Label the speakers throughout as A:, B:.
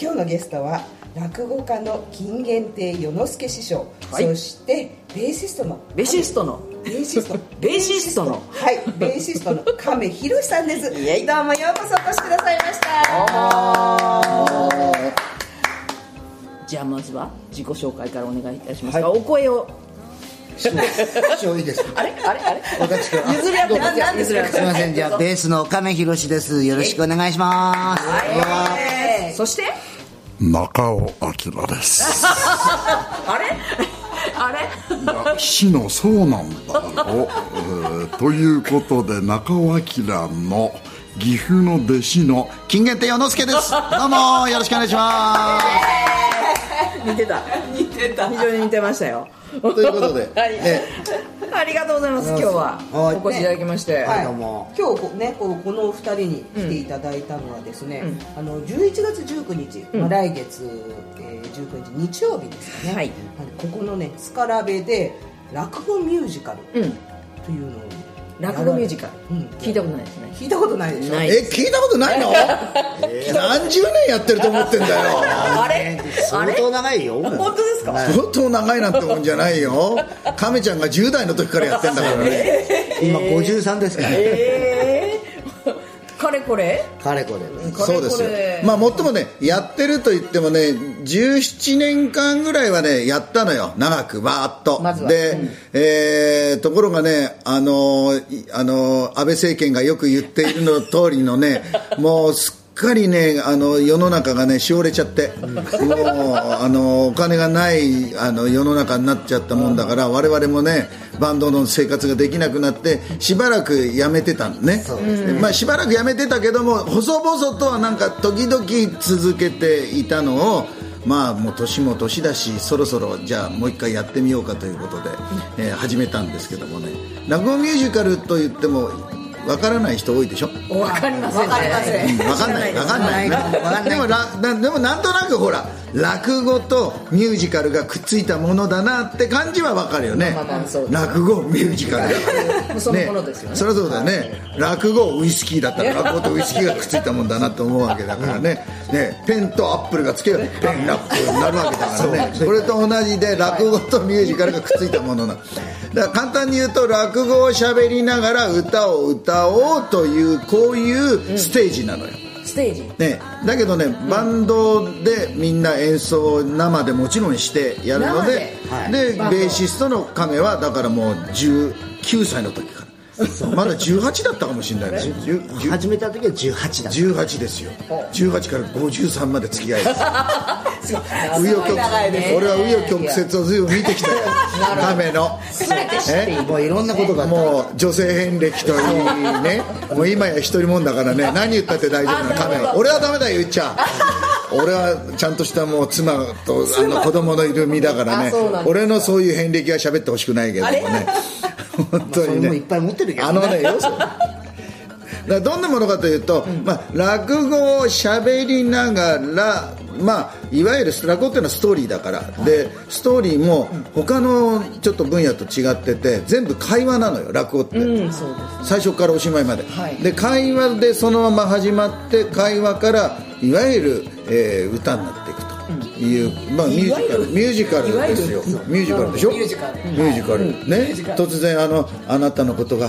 A: 今日のゲストは落語家の金源亭与之助師匠、
B: はい
A: そしてベーシストの
B: ベーシストの
A: ベーシスト
B: ベーシストの
A: はいベーシストの亀宏さんです
B: イエイ
A: どうもようこそお越しくださいました
B: じゃあまずは自己紹介からお願いいたします
C: は
B: が、お声を
C: 師匠いいですか
B: あれあれあれ
C: 私から
B: 譲り合って
C: どうぞ
B: なんですか
C: すみませんじゃあベースの亀宏ですよろしくお願いします
B: はいそして
D: 中尾明です。
B: あれあれ
D: 死のそうなんだろう。えーということで、中尾明の岐阜の弟子の金源亭与之助です。どうも、よろしくお願いしま
B: 似てた似てた非常に似てましたよ
C: ということで
B: はい
C: え
B: ありがとうございます今日
C: はい
B: はお越しいただきまして、
A: はい、
C: どうも
A: 今日こうねこうこのお二人に来ていただいたのはですね、あの11月19日、まあ、来月、えー19日日曜日ですかね、
B: はい
A: あのここのねスカラベで落語ミュージカルと
B: うん
A: いうのを
B: 落語ミュージカル、
A: うん
B: 聞いたことないですね
A: 聞いたことないでしょ
B: ない
E: え聞いたことないの、何十年やってると思ってんだよ
B: あれあ
C: 相
B: れ
C: 当長いよ
B: 本当ですか、
C: はい
E: 相当長いなんてもんじゃないよ亀ちゃんが10代の時からやってんだからね
C: 今53ですから
B: えー、かれこれ
C: かれこれです
B: これ
E: そうです
B: これ
E: よまあもっともねやってると言ってもね17年間ぐらいはねやったのよ長くバーッと、
B: まずは
E: で、えーところがねあのーいあのー安倍政権がよく言っているの通り のねもうすっかりねあの世の中がねしおれちゃって、もうあのお金がないあの世の中になっちゃったもんだから、我々もねバンドの生活ができなくなってしばらくやめてたのね
C: そう
E: まあ、しばらくやめてたけども細々とはなんか時々続けていたのをまあもう年も年だしそろそろじゃあもう一回やってみようかということで、えー始めたんですけどもね落語ミュージカルと言ってもわからない人多いでしょ
B: わかりませんね
A: わかりません
E: わかんないわかんない
C: わかんない
E: でもらなでもなんとなくほら落語とミュージカルがくっついたものだなって感じはわかるよね
B: まあまあそうです
E: 落語ミュージカルだから
B: そのものですよね
E: そりゃそうだよね落語ウイスキーだったら落語とウイスキーがくっついたもんだなと思うわけだから ねねペンとアップルがつけばペンラップになるわけだ からねこれと同じで落語とミュージカルがくっついたものなのだから簡単に言うと落語を喋りながら歌を歌おうというこういうステージなのよ、
B: ステージ
E: ね、だけどね、バンドでみんな演奏を生でもちろんしてやるので
C: 生
E: で、ベーシストの亀はだからもう19歳の時からまだ18だったかもしれないね10 10
C: 始めた時は18だ
E: 18ですよ18から53まで付き合いです紆余曲折
A: 長い ですね
E: 俺は紆余曲折をずいぶん見てき たよ亀のえ
C: もういろんなことがあった
E: もう女性遍歴といい ねもう今や一人もんだからね何言ったって大丈夫なのカメラ俺はダメだよ言っちゃ俺はちゃんとしたもう妻とあの子供のいる身だから
B: あ
E: ね
B: そうなんです
E: 俺のそういう遍歴は喋ってほしくないけどもね 本当
C: それ
E: にね
C: もいっぱい持ってるけ
E: あ
C: ど
E: の
C: ね
E: ね、 要するに。だからどんなものかというと、まあ、落語を喋りながら、まあ、いわゆる落語っていうのはストーリーだから、でストーリーも他のちょっと分野と違ってて全部会話なのよ落語って、
B: うんそうです
E: 最初からおしまいまで、
B: はい
E: で会話でそのまま始まって会話からいわゆる、えー歌になっていくという、まあ、ミュージカルミュージカルですよミュージカルでしょミュージカルミュージカルね突然あのあなたのことが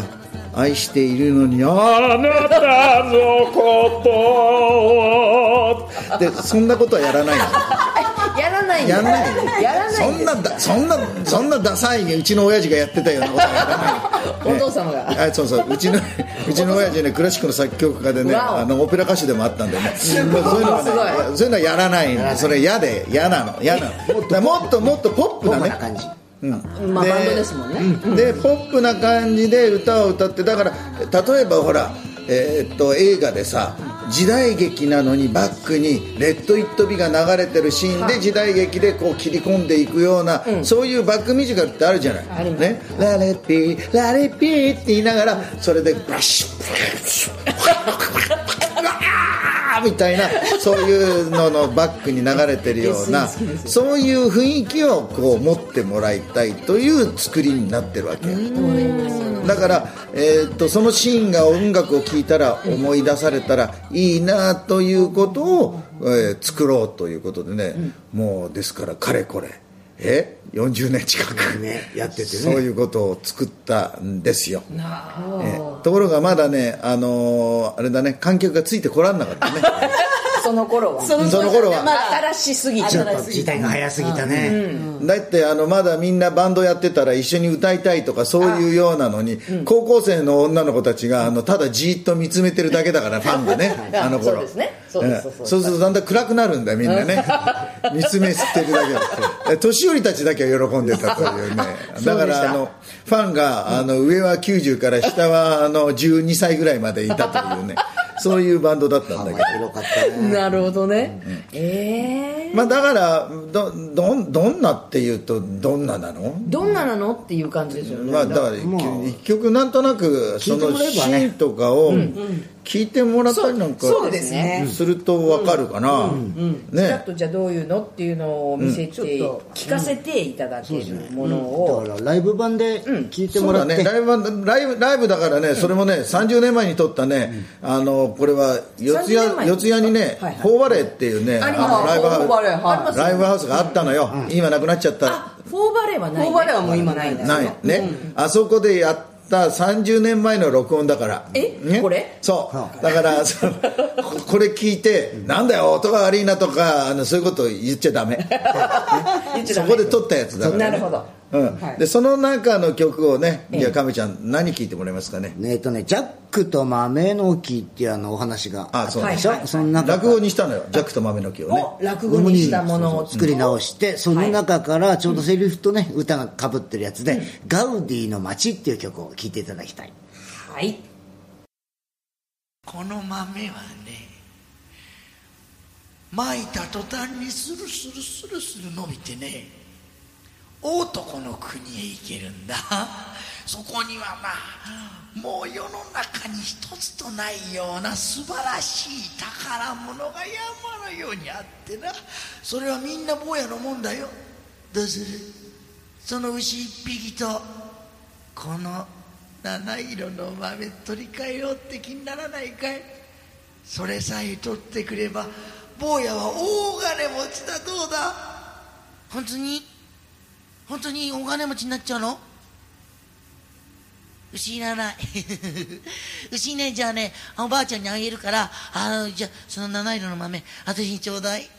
E: 愛しているのにあなたのことをでそんなことはやらないの
B: やらないんだ
E: やらないよ
B: やらない
E: そ
B: ん
E: ん
B: です
E: なだそんなそんなダサいうちの親父がやってたようなことはやらない
B: お父様が
E: あそうそううち のうちの親父ねクラシックの作曲家でね
B: わお
E: あのオペラ歌手でもあったんでねそういうのは
B: す
E: ね
B: ごい
E: いやそういうのはやらないのそれ嫌で嫌なの嫌なのだからもっともっとポップ
C: こん
E: な
C: な
E: ね
C: 感じ
B: まあバンドですもんね
E: でポップな感じで歌を歌ってだから例えばほら、えーっと映画でさ時代劇なのにバックに「レッド・イット・ビ」が流れてるシーンで時代劇でこう切り込んでいくような、そういうバックミュージカルってあるじゃない「ね、ラレピーラレピー」って言いながらそれでバシッバシッあーみたいなそういうののバックに流れてるよ うなそういう雰囲気をこう持ってもらいたいという作りになってるわけ。だから、えーっとそのシーンが音楽を聴いたら思い出されたらいいなということを、えー作ろうということでね、もうですからかれこれえ40年近く、
C: ねやっててね
E: そういうことを作ったんですよ、えーところがまだね、あのーあれだね観客がついてこらんなかったね
B: その頃は
E: その頃は
B: 新しすぎ
C: ちょ
B: た
C: っと時代が早すぎたね、
E: だってあのまだみんなバンドやってたら一緒に歌いたいとかそういうようなのに、高校生の女の子たちがあのただじーっと見つめてるだけだ からファンがねあの
B: そ
E: 頃
B: うですねそうです
E: う
B: そう
E: ん
B: です
E: そうするとだんだん暗くなるんだよみんなね見つめてるだけだって年寄りたちだけは喜んでたという ねだからあのファンがあの上は90から下はあの12歳ぐらいまでいたと いうねそういうバンドだったんだけど
C: 面白かったね
B: なるほどね、ええ
E: まあ、だからどどんどんなっていうとどんななの
B: どんななのっていう感じですよね、
E: まあ、だから一曲なんとなくそのシーンとかを聞いてもらったりなんか
A: そうですね
E: するとわかるかな、
B: ちょ
E: ね
B: っとじゃあどういうのっていうのを見せて、
A: うんちょっと
B: 聞かせていただけるもの
C: だ
B: を、
C: からライブ版で聞いて
E: そ
C: も
E: う
C: ら
E: だ
C: って、
E: ねライブ版ライブライブだからね、それもね30年前に撮ったね、あのこれは四谷
B: 30年前
E: 四谷にね、
A: はいはい
E: フォーバレーっていうね
B: あります
E: のライ
A: フ
E: ブ
A: ォーバレーはいあり
E: ハ
A: ます
E: ウスライブハウスがあったのよ、今なくなっちゃった
B: あフォーバレーはない、ね、
A: 大原はもう今ないんだ
E: ないね、あそこでやった30年前の録音だから
B: え
E: ね
B: これ
E: そうだからそのここれ聞いてなんだよ音が悪いなとかあのそういうこと言っちゃダメ
B: 言っちゃ
E: そ
B: ダメ
E: こで撮ったやつだから、ね、
B: なるほど
E: うん
A: はい
E: でその中の曲をねじゃあ亀ちゃん何聞いてもらえますかね
C: ねえっとねジャックと豆の木っていうあのお話が
E: あそう
C: で
E: で
C: し
E: し
C: ょ、
E: ょ
C: その中
E: 落語にしたのよジャックと豆の木をね
B: お落語にしたものを
C: 作り直してその中からちょうどセリフとね歌がかぶってるやつで、ガウディの街っていう曲を聴いていただきたい
B: はい
F: この豆はねまいた途端にスルスルスルスル伸びてね大男の国へ行けるんだそこにはまあもう世の中に一つとないような素晴らしい宝物が山のようにあってなそれはみんな坊やのもんだよどうするその牛一匹とこの七色の豆取り替えようって気にならないかいそれさえ取ってくれば坊やは大金持ちだどうだ本当に本当に大金持ちになっちゃうの牛いらない 牛ねじゃあねおばあちゃんにあげるからあのじゃあその七色の豆私にちょうだい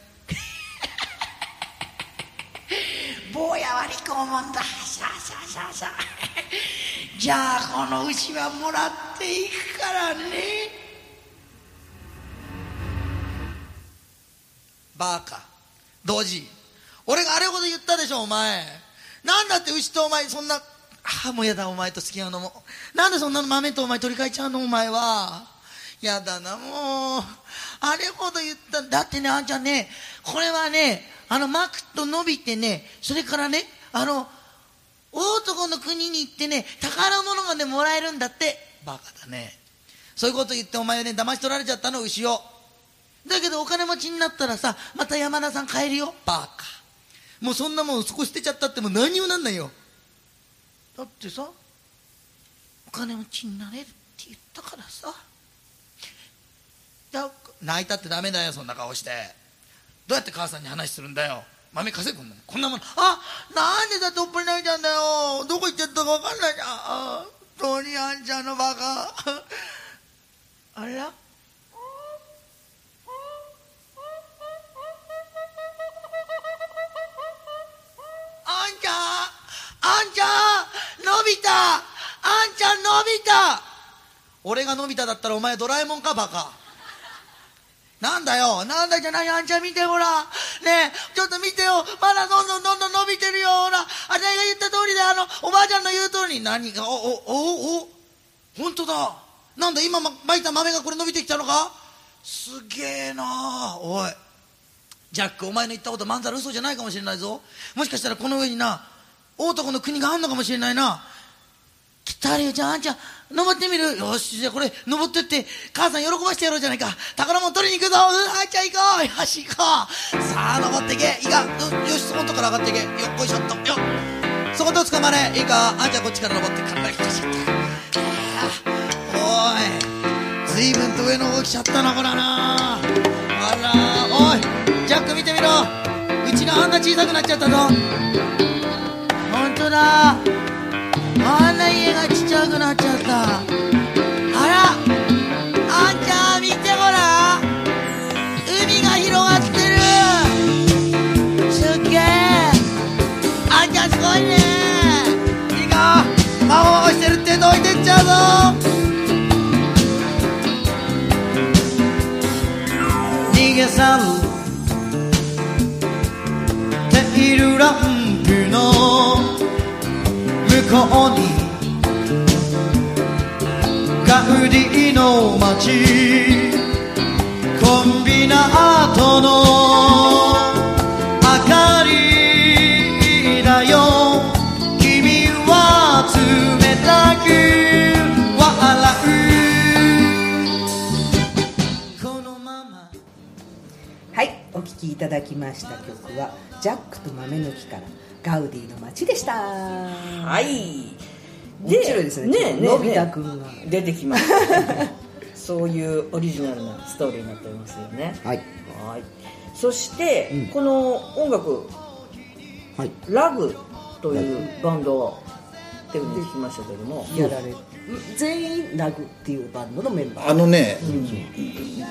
F: 坊やは利口もんださあさあさあさあじゃあこの牛はもらっていくからねバカドジ俺があれほど言ったでしょお前なんだって牛とお前そんなああもうやだお前と付き合うのもなんでそんなの豆とお前取り替えちゃうのお前はやだなもうあれほど言っただってねあんちゃんねこれはねあのマクと伸びてねそれからねあの大男の国に行ってね宝物がねもらえるんだってバカだねそういうこと言ってお前ね騙し取られちゃったの牛をだけどお金持ちになったらさまた山田さん買えるよバカもうそんなもんそこ捨てちゃったってもう何にもなんないよだってさお金持ちになれるって言ったからさだ泣いたってダメだよそんな顔してどうやって母さんに話するんだよ豆稼ぐんだこんなものあなんでだっておっぱい泣いたんだよどこ行っちゃったか分かんないじゃんあトニアンちゃんのバカ あらあんちゃんあんちゃんのび太あんちゃんのび太俺がのび太だったらお前ドラえもんかバカなんだよなんだじゃないあんちゃん見てほらねえちょっと見てよまだどんどんどんどん伸びてるよほらあれが言った通りであのおばあちゃんの言う通りに何がおおおお本当だなんだ今ままいた豆がこれ伸びてきたのかすげえなあおいジャックお前の言ったことまんざら嘘じゃないかもしれないぞもしかしたらこの上にな大男の国があんのかもしれないな来たるよじゃああんちゃん登ってみるよしじゃあこれ登ってって母さん喜ばしてやろうじゃないか宝物取りに行くぞうんあんちゃん行こうよし行こうさあ登っていけいいかよよしそこんとこから上がっていけよっこいしょっとよっそこと捕まれいいかあんちゃんこっちから登って考えてほしいって随分と上の方来ちゃったなこらなあらおいジャック見てみろうちがあんな小さくなっちゃったぞ本当だあんな家がちっちゃくなっちゃったあらあんちゃん見てごらん海が広がってるすっげえあんちゃんすごいねいいかまごまごしてるってどいてっちゃうぞ逃げ去るテイルランプの向こうにガウディの街コンビナートの明かりだよ君は冷たく笑うこのまま
A: はいお聴きいただきました曲は「ジャックと豆の木」から「ガウディの街」でした
B: はい
A: 面白いですね
B: ねね
A: のび太くんが
B: ね出てきましたね そういうオリジナルなストーリーになっておりますよね
C: はい
B: はいそして、この音楽
C: はい
B: ラグというバンドをっていうふうに聞きましたけども
A: やられる全員ラグっていうバンドのメンバー
E: あのね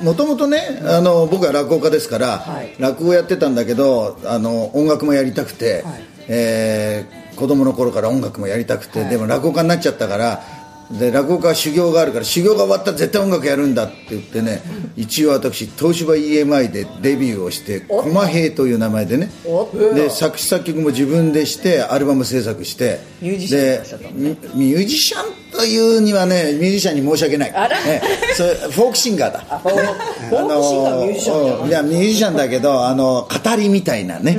E: もともとねあの僕は落語家ですから、
A: はい
E: 落語やってたんだけどあの音楽もやりたくて、
A: はい
E: えー子供の頃から音楽もやりたくて、でも落語家になっちゃったからで落語家は修行があるから修行が終わったら絶対音楽やるんだって言ってね一応私東芝 EMI でデビューをして「駒平」という名前でね
B: おっ
E: で作詞作曲も自分でしてアルバム制作して
B: ミュージシャン
E: で
B: でしたと
E: ミュミュージシャンというにはねミュージシャンに申し訳ない
B: あら
E: ええそれフォークシンガーだあ
B: フォークシンガーミュージシャンじゃない
E: のいやミュージシャンだけどあの語りみたいなね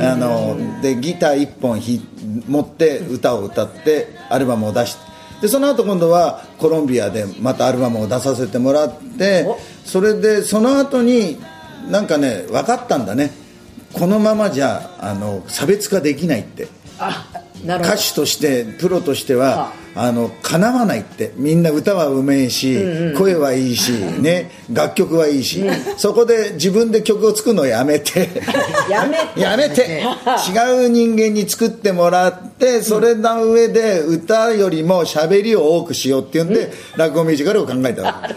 E: あのでギター1本ひ持って歌を歌ってアルバムを出してでその後今度はコロンビアでまたアルバムを出させてもらって
B: お
E: それでその後になんかね分かったんだねこのままじゃあの差別化できないって
B: なるほ
E: 歌
B: ど
E: 手としてプロとしては
B: は
E: あのかなわないってみんな歌はうめえし、声はいいし、ね、楽曲はいいし、そこで自分で曲を作るのをやめ て
B: やめて
E: やめて違う人間に作ってもらってそれの上で歌よりも喋りを多くしようっていうんで、落語ミュージカルを考えたわけ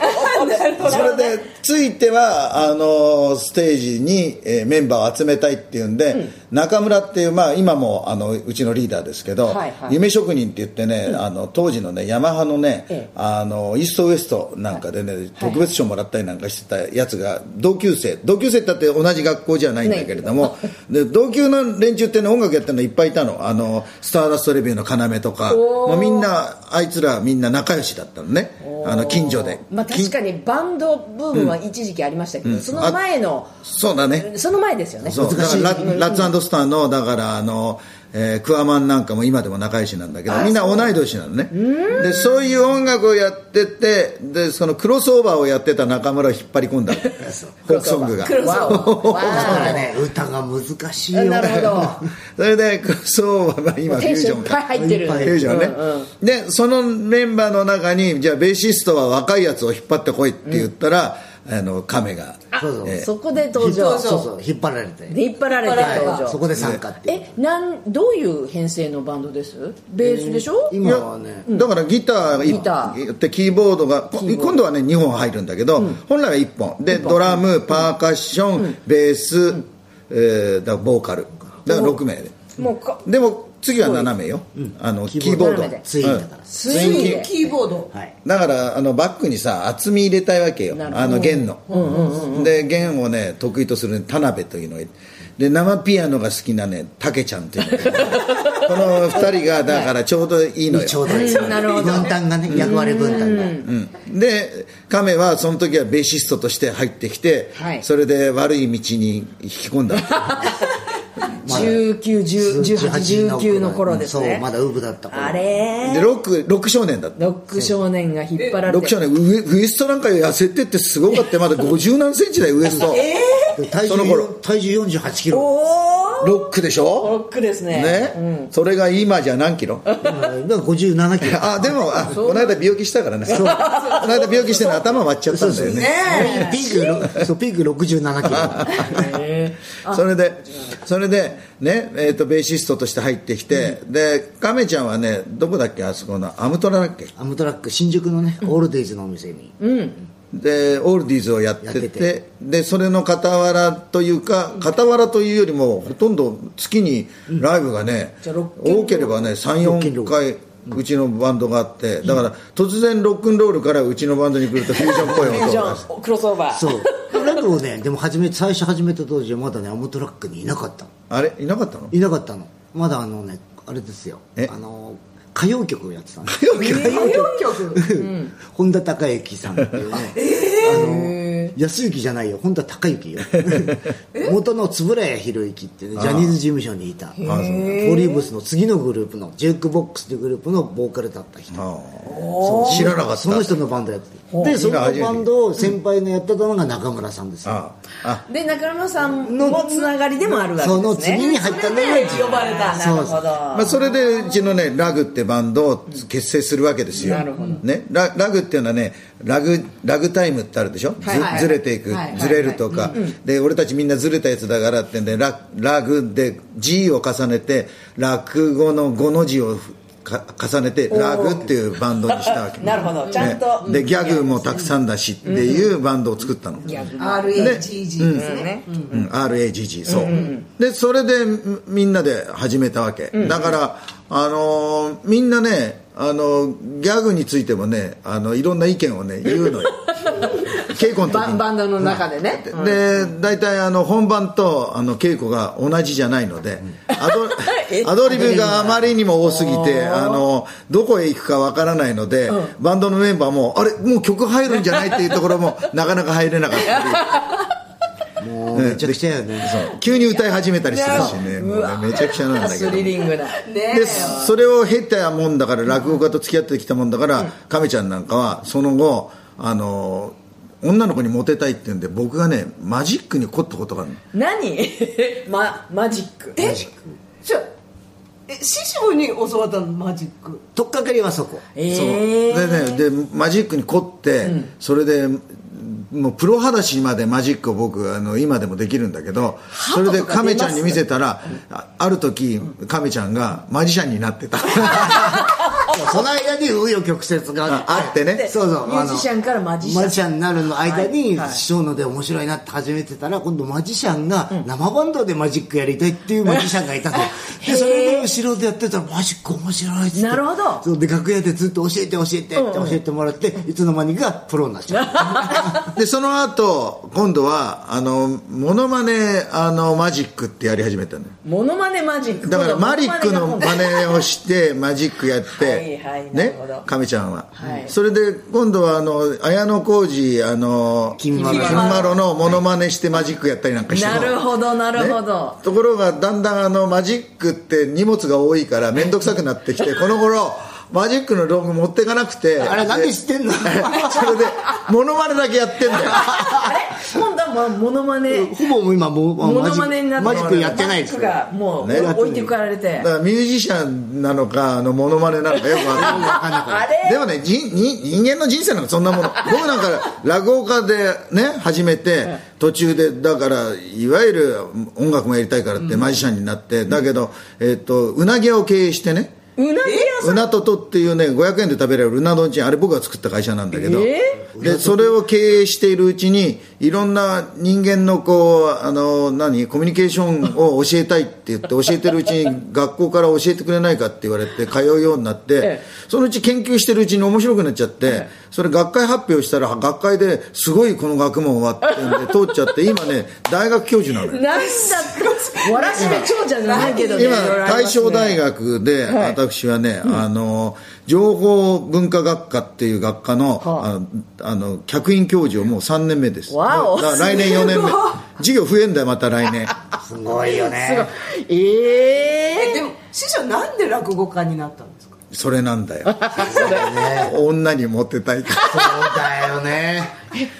E: それでついてはあのステージに、えーメンバーを集めたいっていうんで、中村っていう、まあ、今もあのうちのリーダーですけど、
B: はいはい
E: 夢職人って言ってね、あの当時のねヤマハのね、
B: ええ
E: あのイーストウエストなんかでね、特別賞もらったりなんかしてたやつが同級生同級生だって同じ学校じゃないんだけれども、で同級の連中ってね音楽やってるのいっぱいいたのあのスターダストレビューの要とかもうみんなあいつらみんな仲良しだったのねあの近所で、
B: まあ確かにバンドブームは一時期ありましたけど、その前の
E: そうだね
B: その前ですよね
E: そうだからララッツスターのだからあの、えークワマンなんかも今でも仲良しなんだけどみんな同い年なのねでそういう音楽をやっててでそのクロスオーバーをやってた中村を引っ張り込ん だフォークソングが
B: 黒沢わ
C: だから
B: あ
C: ね歌が難しいよ
B: なるほ ど
E: それでクロスオーバーは今フ
B: テ
E: ュ
B: ン
E: ー
B: シ
E: ジ
B: ョ
E: ョ
B: ンい
E: ン
B: っぱい
E: が
B: 入ってる
E: フュージョンね、でそのメンバーの中にじゃあベーシストは若いやつを引っ張ってこいって言ったら、あの亀が
C: そうそう
B: あそこで登場
C: そうそう引っ張られて
B: 引っ張られて
C: はいそ
B: 登場
C: こで参加っていう
B: えなんどういう編成のバンドですベースでしょ、
C: 今はね
E: だからギター
B: ギタ
E: 1ってキーボードが今度はね2本入るんだけど、本来は1本でドラムパーカッション、ベース、えーだからボーカルだから6名で
B: もうか
E: でも次は斜めよ、あのキーボード
B: 斜めで
C: ツインだから
B: ついに
A: キーボード
C: はい
E: だからあのバッグにさ厚み入れたいわけよ
B: なるほど
E: あの弦の、で弦をね得意とする田辺というのがいるで生ピアノが好きなねたけちゃんというのがいるこの2人がだからちょうどいいのよ
C: ちょうどいい
B: うんなるほど
C: 分担がね役割分担が
E: で亀はその時はベーシストとして入ってきて、
B: はい
E: それで悪い道に引き込ん だ
B: 191819の頃ですね
C: そうまだウブだった頃
B: あれ
E: でロックロック少年だった
B: ロック少年が引っ張られ
E: ロック
B: て
E: 少年ウエウエストなんか痩せてってすごかったよまだ50何センチだよウエスト、
C: 体重
E: その頃
C: 体重48キロ
B: おー
E: ロックでし
B: ロ
E: ょ
B: ックですね
E: ね、それが今じゃ何キロ
C: だから57キロ
E: あでもあこの間病気したからね この間病気してね頭割っちゃったんだよね
C: ピークそうピーク67キロ
E: それでそれでねえーとベーシストとして入ってきて、で亀ちゃんはねどこだっけあそこのアムトラだっけ
C: アムトラック新宿のねオールデイズのお店に
E: でオールディーズをやって
C: や
E: て
C: ってて
E: でそれの傍らというか傍らというよりもほとんど月にライブがね、
B: じゃあロッキンロール
E: 多ければね
C: ロッキンロール
E: 34回うちのバンドがあってだから突然ロックンロールからうちのバンドに来るとフュージョンっぽい
B: フュー
E: 音
B: ジ
E: がする
B: ョンクロスオーバー
C: そうラブをねでも始め最初始めた当時はまだねアムトラックにいなかったの
E: あれいなかったの
C: いなかったのまだあのねあれですよ
E: え
C: あの歌謡曲をやってたの
B: 歌謡曲
C: 本田孝之さんっていうね、あの安行じゃないよ本田孝之よ元の円谷宏之っていうねジャニーズ事務所にいたフォーリーブスの次のグループのジェイクボックスというグループのボーカルだった人
E: あ
C: そう
E: 知らなかった
C: その人のバンドやっててでそのバンドを先輩のやってたのが中村さんですよ
E: ああ
B: で中村さんのつながりでもあるわけですね
C: その次に入った
B: そ
C: のが
B: れで呼ばれたな
C: そう
B: るほど
E: まあ、それでうちのねラグってバンドを結成するわけですよ、
B: なるほど
E: ね、ララグっていうのはねラグラグタイムってあるでしょ、ず
B: はいはい
E: ずれていく、
B: はいはい
E: ずれるとか、で俺たちみんなずれたやつだからってんでララグで G を重ねて落語の5の字をか重ねてラグっていうバンドにしたわ け
B: なるほどちゃんと
E: ねでギャグもたくさんだしっていうバンドを作ったの、
A: RHEG ですね
B: ね
E: うん RAGG そう、でそれでみみんなで始めたわけ、だから、あのーみんなね、あのーギャグについてもねあのいろんな意見をね言う のよ稽古の時
A: バ
E: に
A: バンドの中でね
E: で大体あの本番とあの稽古が同じじゃないので、ア ドアドリブがあまりにも多すぎてあのどこへ行くかわからないので、バンドのメンバーもあれもう曲入るんじゃないっていうところもなかなか入れなかったり。
C: もうめちゃくちゃやね
E: そう急に歌い始めたりするしねもうねめちゃくちゃなんだけ
B: ス
E: ど
B: リリングな
E: でそれを経たもんだから落語家と付き合ってきたもんだから亀ちゃんなんかはその後あの女の子にモテたいって言うんで僕がねマジックに凝ったことがあるの
B: 何 ママジック
A: えじゃえ師匠に教わったのマジック
C: とっかかりはそこ
B: えー
E: そうでねでマジックに凝って、それでもうプロ裸足までマジックを僕あの今でもできるんだけどそれで亀ちゃんに見せたらあある時亀ちゃんがマジシャンになってた
C: その間に紆余曲折があって
E: あってね
C: そうそう
B: ミュージシャンからマジシャン
C: マジシャンになるの間に、
B: はいはい
C: 師匠ので面白いなって始めてたら今度マジシャンが生バンドでマジックやりたいっていうマジシャンがいたとでそれで後ろでやってたらマジック面白いっつって
B: なるほど
C: そうで楽屋でずっと教えて教えてって教えてもらって、いつの間にかプロになっちゃった
E: でその後今度はあのモノマネあのマジックってやり始めたのよ
B: モノマネマジック
E: だからマリックのマネをしてマジックやっ
B: はいは
E: て
B: いなる
E: ね
B: ほど
E: かみちゃんは、
B: はい
E: それで今度はあの綾小路あの
C: 金丸
E: 金丸のモノマネしてマジックやったりなんかしてた
B: なるほどなるほど
E: ね、ところがだんだんあのマジックって荷物が多いから面倒くさくなって きてこの頃マジックの道具持ってかなくて
C: あれなんで知ってんの
E: それでモノマネだけやってんだよ
B: あれ今度はモノマネ
C: ほぼもう今もう
B: モ
C: マ
B: ノ
C: ジ
B: マネになって
C: マジックやってないです
B: マ
C: か
B: ジッ
C: ら
B: クがもう
E: ね
B: 置いてかれて
E: だからミュージシャンなのかあのモノマネなのかよくわかんない
B: あれ
E: でもねじに人間の人生なんかそんなもの僕なんか落語家でね始めて途中でだからいわゆる音楽もやりたいからってマジシャンになって、だけど、えっとうなぎ屋を経営してね
B: うなぎ屋さん
E: うなととっていうね500円で食べれるうな丼んあれ僕が作った会社なんだけど、
B: え
E: でそれを経営しているうちにいろんな人間のこうあの何コミュニケーションを教えたいって言って教えてるうちに学校から教えてくれないかって言われて通うようになって、そのうち研究してるうちに面白くなっちゃって、それ学会発表したら学会ですごいこの学問はってんで通っちゃって今ね大学教授なのよ
B: なんだかわらしべ長者じゃないけどね
E: 今
B: いろいろあり
E: 大
B: ますね
E: 正大学で私はね、あの情報文化学科っていう学科の,、あ、のあの客員教授をもう3年目です
B: わお
E: だから来年
B: すご
E: 4
B: い
E: 年目授業増えんだよまた来年
C: すごいよね
B: え
A: え
B: え
A: でも師匠なんで落語家になったんですか
E: それな んだよ女にモテたいって
C: そうだよね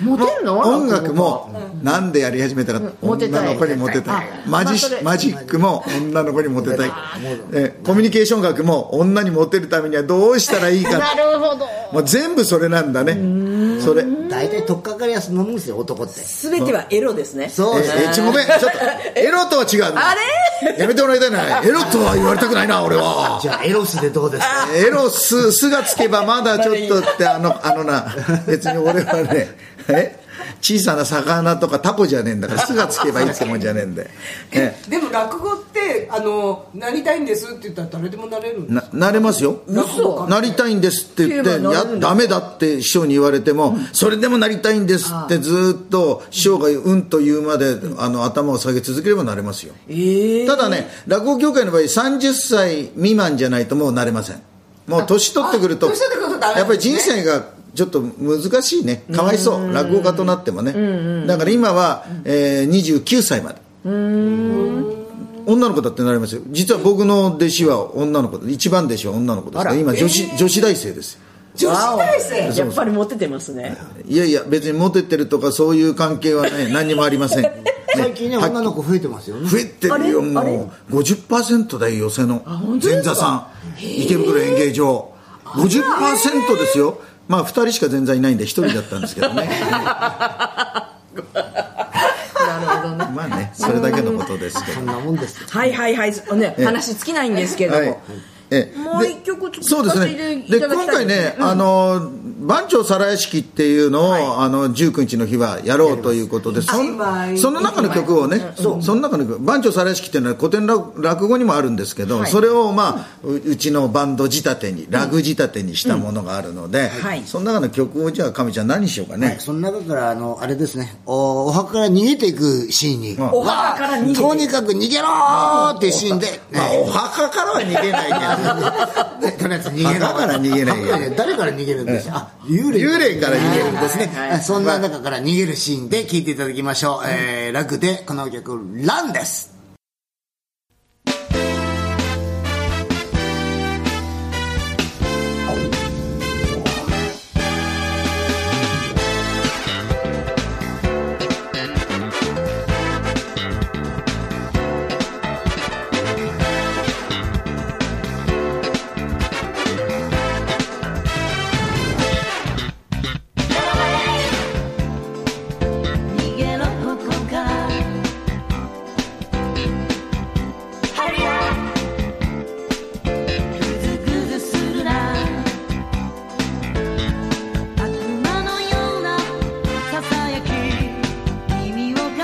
B: モテんの
E: 音楽もなんでやり始めたか
B: モテた
E: 女
B: い
E: の子にモテたい
B: あ
E: マ
B: まあ
E: ジ
B: それ
E: マジックも女の子にモテたい
C: あ
E: えコミュニケーション学も女にモテるためにはどうしたらいいか
B: なるほど
E: もう全部それなんだねそれ
C: 大体取っかかりやすい飲むんですよ男って
B: 全てはエロですね
C: そう
E: え
C: ですね
E: えちょごめんちょっとエロとは違うんだ
B: あれ
E: やめてもらいたいなエロとは言われたくないな俺は
C: じゃあエロスでどうですか
E: エロス、すがつけばまだちょっとって、あの、あのな、別に俺はね、え小さな魚とかタコじゃねえんだから、すがつけばいいってもんじゃねえんだよ。ね、
A: でも落語ってあのなりたいんですって言ったら誰でもなれるんです
E: な、なれますよ。
B: 嘘
E: なりたいんですって言っ
B: 言え
E: て、
B: ばなれ
E: や
B: るん、だ
E: ダメだって師匠に言われても、それでもなりたいんですってずーっと、師匠がうんと言うまで、あの、頭を下げ続ければなれますよ。ただね、落語協会の場合、30歳未満じゃないともうなれません。もう年取ってくると、
A: あ年取ってくるとダメなんですね
E: やっぱり人生がちょっと難しいね。かわいそう。落語家となってもね。だから今は、えー29歳まで。女の子だってなりますよ実は僕の弟子は女の子で一番弟子は女の子ですから今女子,、女子大生ですよ
A: 女子大生
B: やっぱりモテてますね
E: いやいや別にモテてるとかそういう関係はね何にもあり ません、ね
C: 最近ね
E: はっ
C: 女の子増えてますよね
E: 増えてるよもう50%だよ寄せの前座さん池袋演芸場50%ですよまあ2人しか前座いないんで1人だったんですけどね
B: なるほどね
E: まあねそれだけのことですけど
C: そんなもんですよ
B: はいはいはい、ね、話尽きないんですけれども、
E: はいええ
B: もう
E: で
B: 一曲ちょっと
E: そうです
B: 聞かせ
E: ね
B: てい
E: で
B: ただき
E: 今
B: たい
E: 回
B: ですね
E: ね、あの番長皿屋敷っていうのを、あの19日の日はやろうということでそん
A: あ今
E: その中の曲をねその中の曲番長皿屋敷っていうのは古典落落語にもあるんですけど、
B: はい
E: それを、まあ、ううちのバンド仕立てにラグ仕立てにしたものがあるので、
B: はい
E: その中の曲をじゃあ亀ちゃん何しようかね、
C: はい、その中からあのあれですねおお墓から逃げていくシーンに、
E: ん
B: お墓から逃げて
C: とにかく逃げろーっていうシーンで、
E: まあ、お墓からは逃げないけど
C: ね とりあえず逃げろ
E: 墓から逃げないよ
C: やや誰から逃げるんですあ幽霊
E: 幽霊から逃げる
C: んですね、
B: はいはい
C: そんな中から逃げるシーンで聴いていただきましょう、えー、楽でこの曲「ラン」です
G: 逃げろここからはやグズグズするな悪魔のようなささやき耳を傾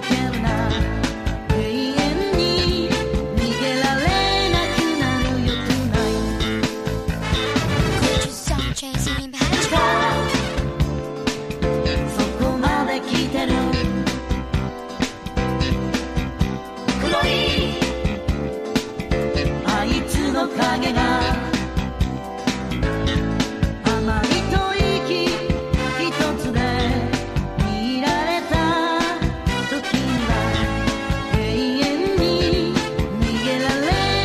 G: けるな永遠に逃げられなくなるよ tonight
H: Just stop chasing me behind you.
G: そこまで来てる黒いあいつの影が甘い吐息一つで見られた時には永遠に逃げられ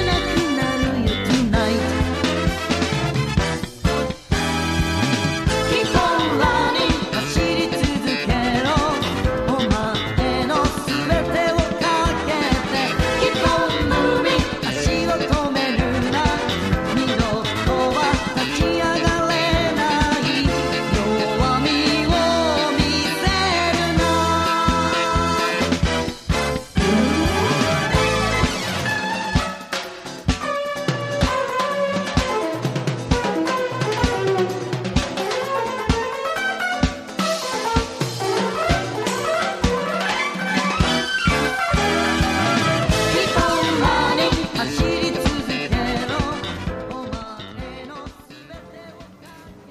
G: なくなるよ tonight Keep on running 走り続けろお前の全てをかけて Keep on moving 足を止めるな二度とは立ち上がれない弱みを見せるな「走り続けろお前の全てをかけて」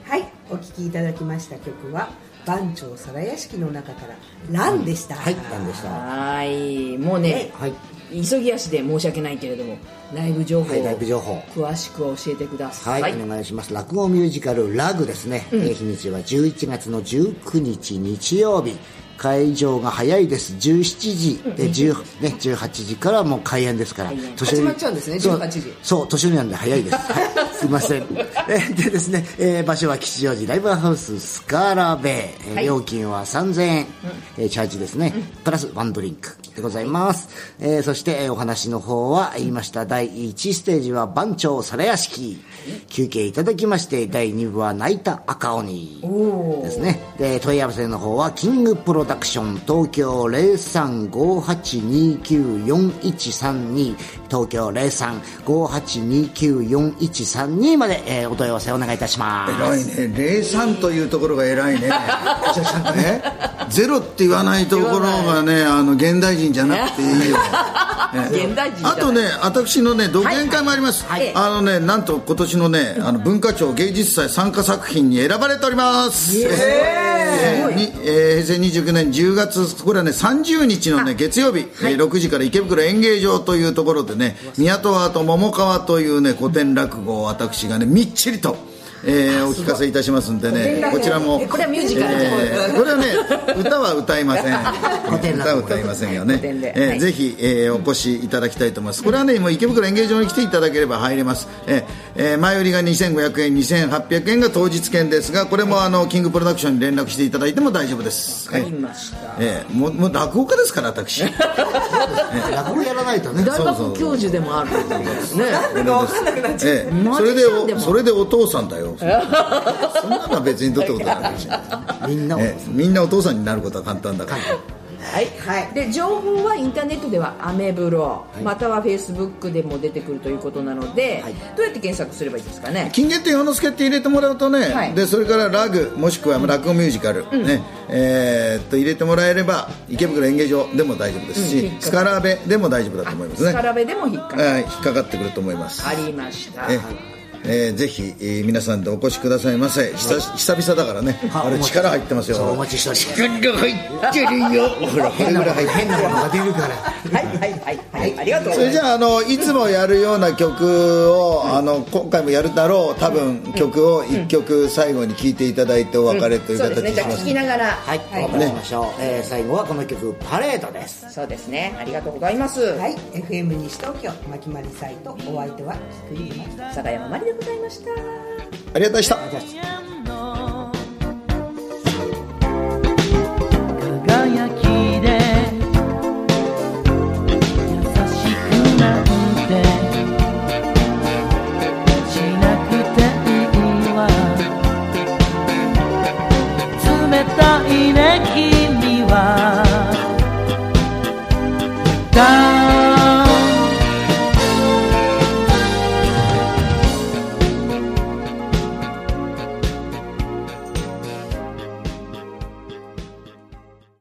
A: はいお聴きいただきました曲は番長皿屋敷の中から「ラン」でした、
C: はい「ラン」でした
B: はいもうね、
C: はい
B: 急ぎ足で申し訳ないけれどもライブ情報,、
C: はいライブ情報
B: 詳しく教えてくださ、
C: はいい、お願いします落語ミュージカル「ラグ」ですね、えー日にちは11月の19日日曜日会場が早いです17時、え10ね、18時からもう開演ですから年寄
A: 始
C: り
A: まっちゃうんですね
C: そう
A: 18時
C: そう年寄りなんで早いです はいすいませんえでですね、えー場所は吉祥寺ライブハウススカーラベイ、えー料金は3000円、えーチャージですね、プラスワンドリンクでございます、えーそして、えーお話の方は言いました第1ステージは番長皿屋敷休憩いただきまして第2部は泣いた赤鬼ですねで問い合わせの方はキングプロダクション東京0358294132東京0358294132まで、えーお問い合わせお願いいたします
E: 偉いね03というところが偉いねねゼロって言わないところがねあの現代人じゃなくていい よ
B: 現代人じゃない
E: あとね私のね独演会もあります、
B: はい
E: あのねなんと今年のねあの文化庁芸術祭参加作品に選ばれておりますえーにえー平成29年10月これはね30日のね月曜日、えー6時から池袋演芸場というところでね宮戸川と桃川というね古典落語を私がねみっちりと、えーお聞かせいたしますんでねこちらも
B: これはミュージカルじゃない
E: えーこれはね歌は歌いません
C: 典
E: 歌は歌いませんよね、
B: 典で
E: えー
B: はい
E: ぜひ、えーお越しいただきたいと思いますこれはね今池袋演芸場に来ていただければ入れます、えーえー前売りが2500円2800円が当日券ですがこれもあのキングプロダクションに連絡していただいても大丈夫です
B: ありました
E: えーもうもう落語家ですか ら私
C: 落語やらないとね
B: 大学教授でもあるというね
E: ええそれでおそれでお父さん だよそんなのは別にどうってことはないかもしれない、
C: みんなを、
E: ええみんなお父さんになることは簡単だから
B: はい、で情報はインターネットではアメブロ、またはフェイスブックでも出てくるということなので、どうやって検索すればいいですかね
E: 金言って洋之助って入れてもらうとね、
B: はい
E: でそれからラグもしくは落語ミュージカル、ねえーっと入れてもらえれば池袋演芸場でも大丈夫ですし、スカラベでも大丈夫だと思いますね
B: スカラベでも引っかかる
E: はい引っかかってくると思います
B: ありました
E: ええーぜひ、えー皆さんでお越しくださいませ久し久々だからねあれ力入ってますよ
C: そうお待ちしております
E: 力入ってるよほらこれぐらい入ってる
C: 変なものが出るから
B: はいはいはいはいありがとうご
E: そ
B: ざ
E: れ
B: い
E: じ
B: ます
E: ゃああのいつもやるような曲を、あの今回もやるだろう多分曲を1曲最後に聴いていただいてお別れという
B: そう
E: 形
B: ですね
E: に
B: じ
E: し
B: ゃあ
E: ます
B: 聞きながら
C: はい、お別れしましょう、えー最後はこの曲「パレード」です
B: そうですねありがとうございます、
A: はい FM 西東京まきまりサイトお相手は菊井真希
B: 佐賀山まりでございました
E: ありがとうございました
G: の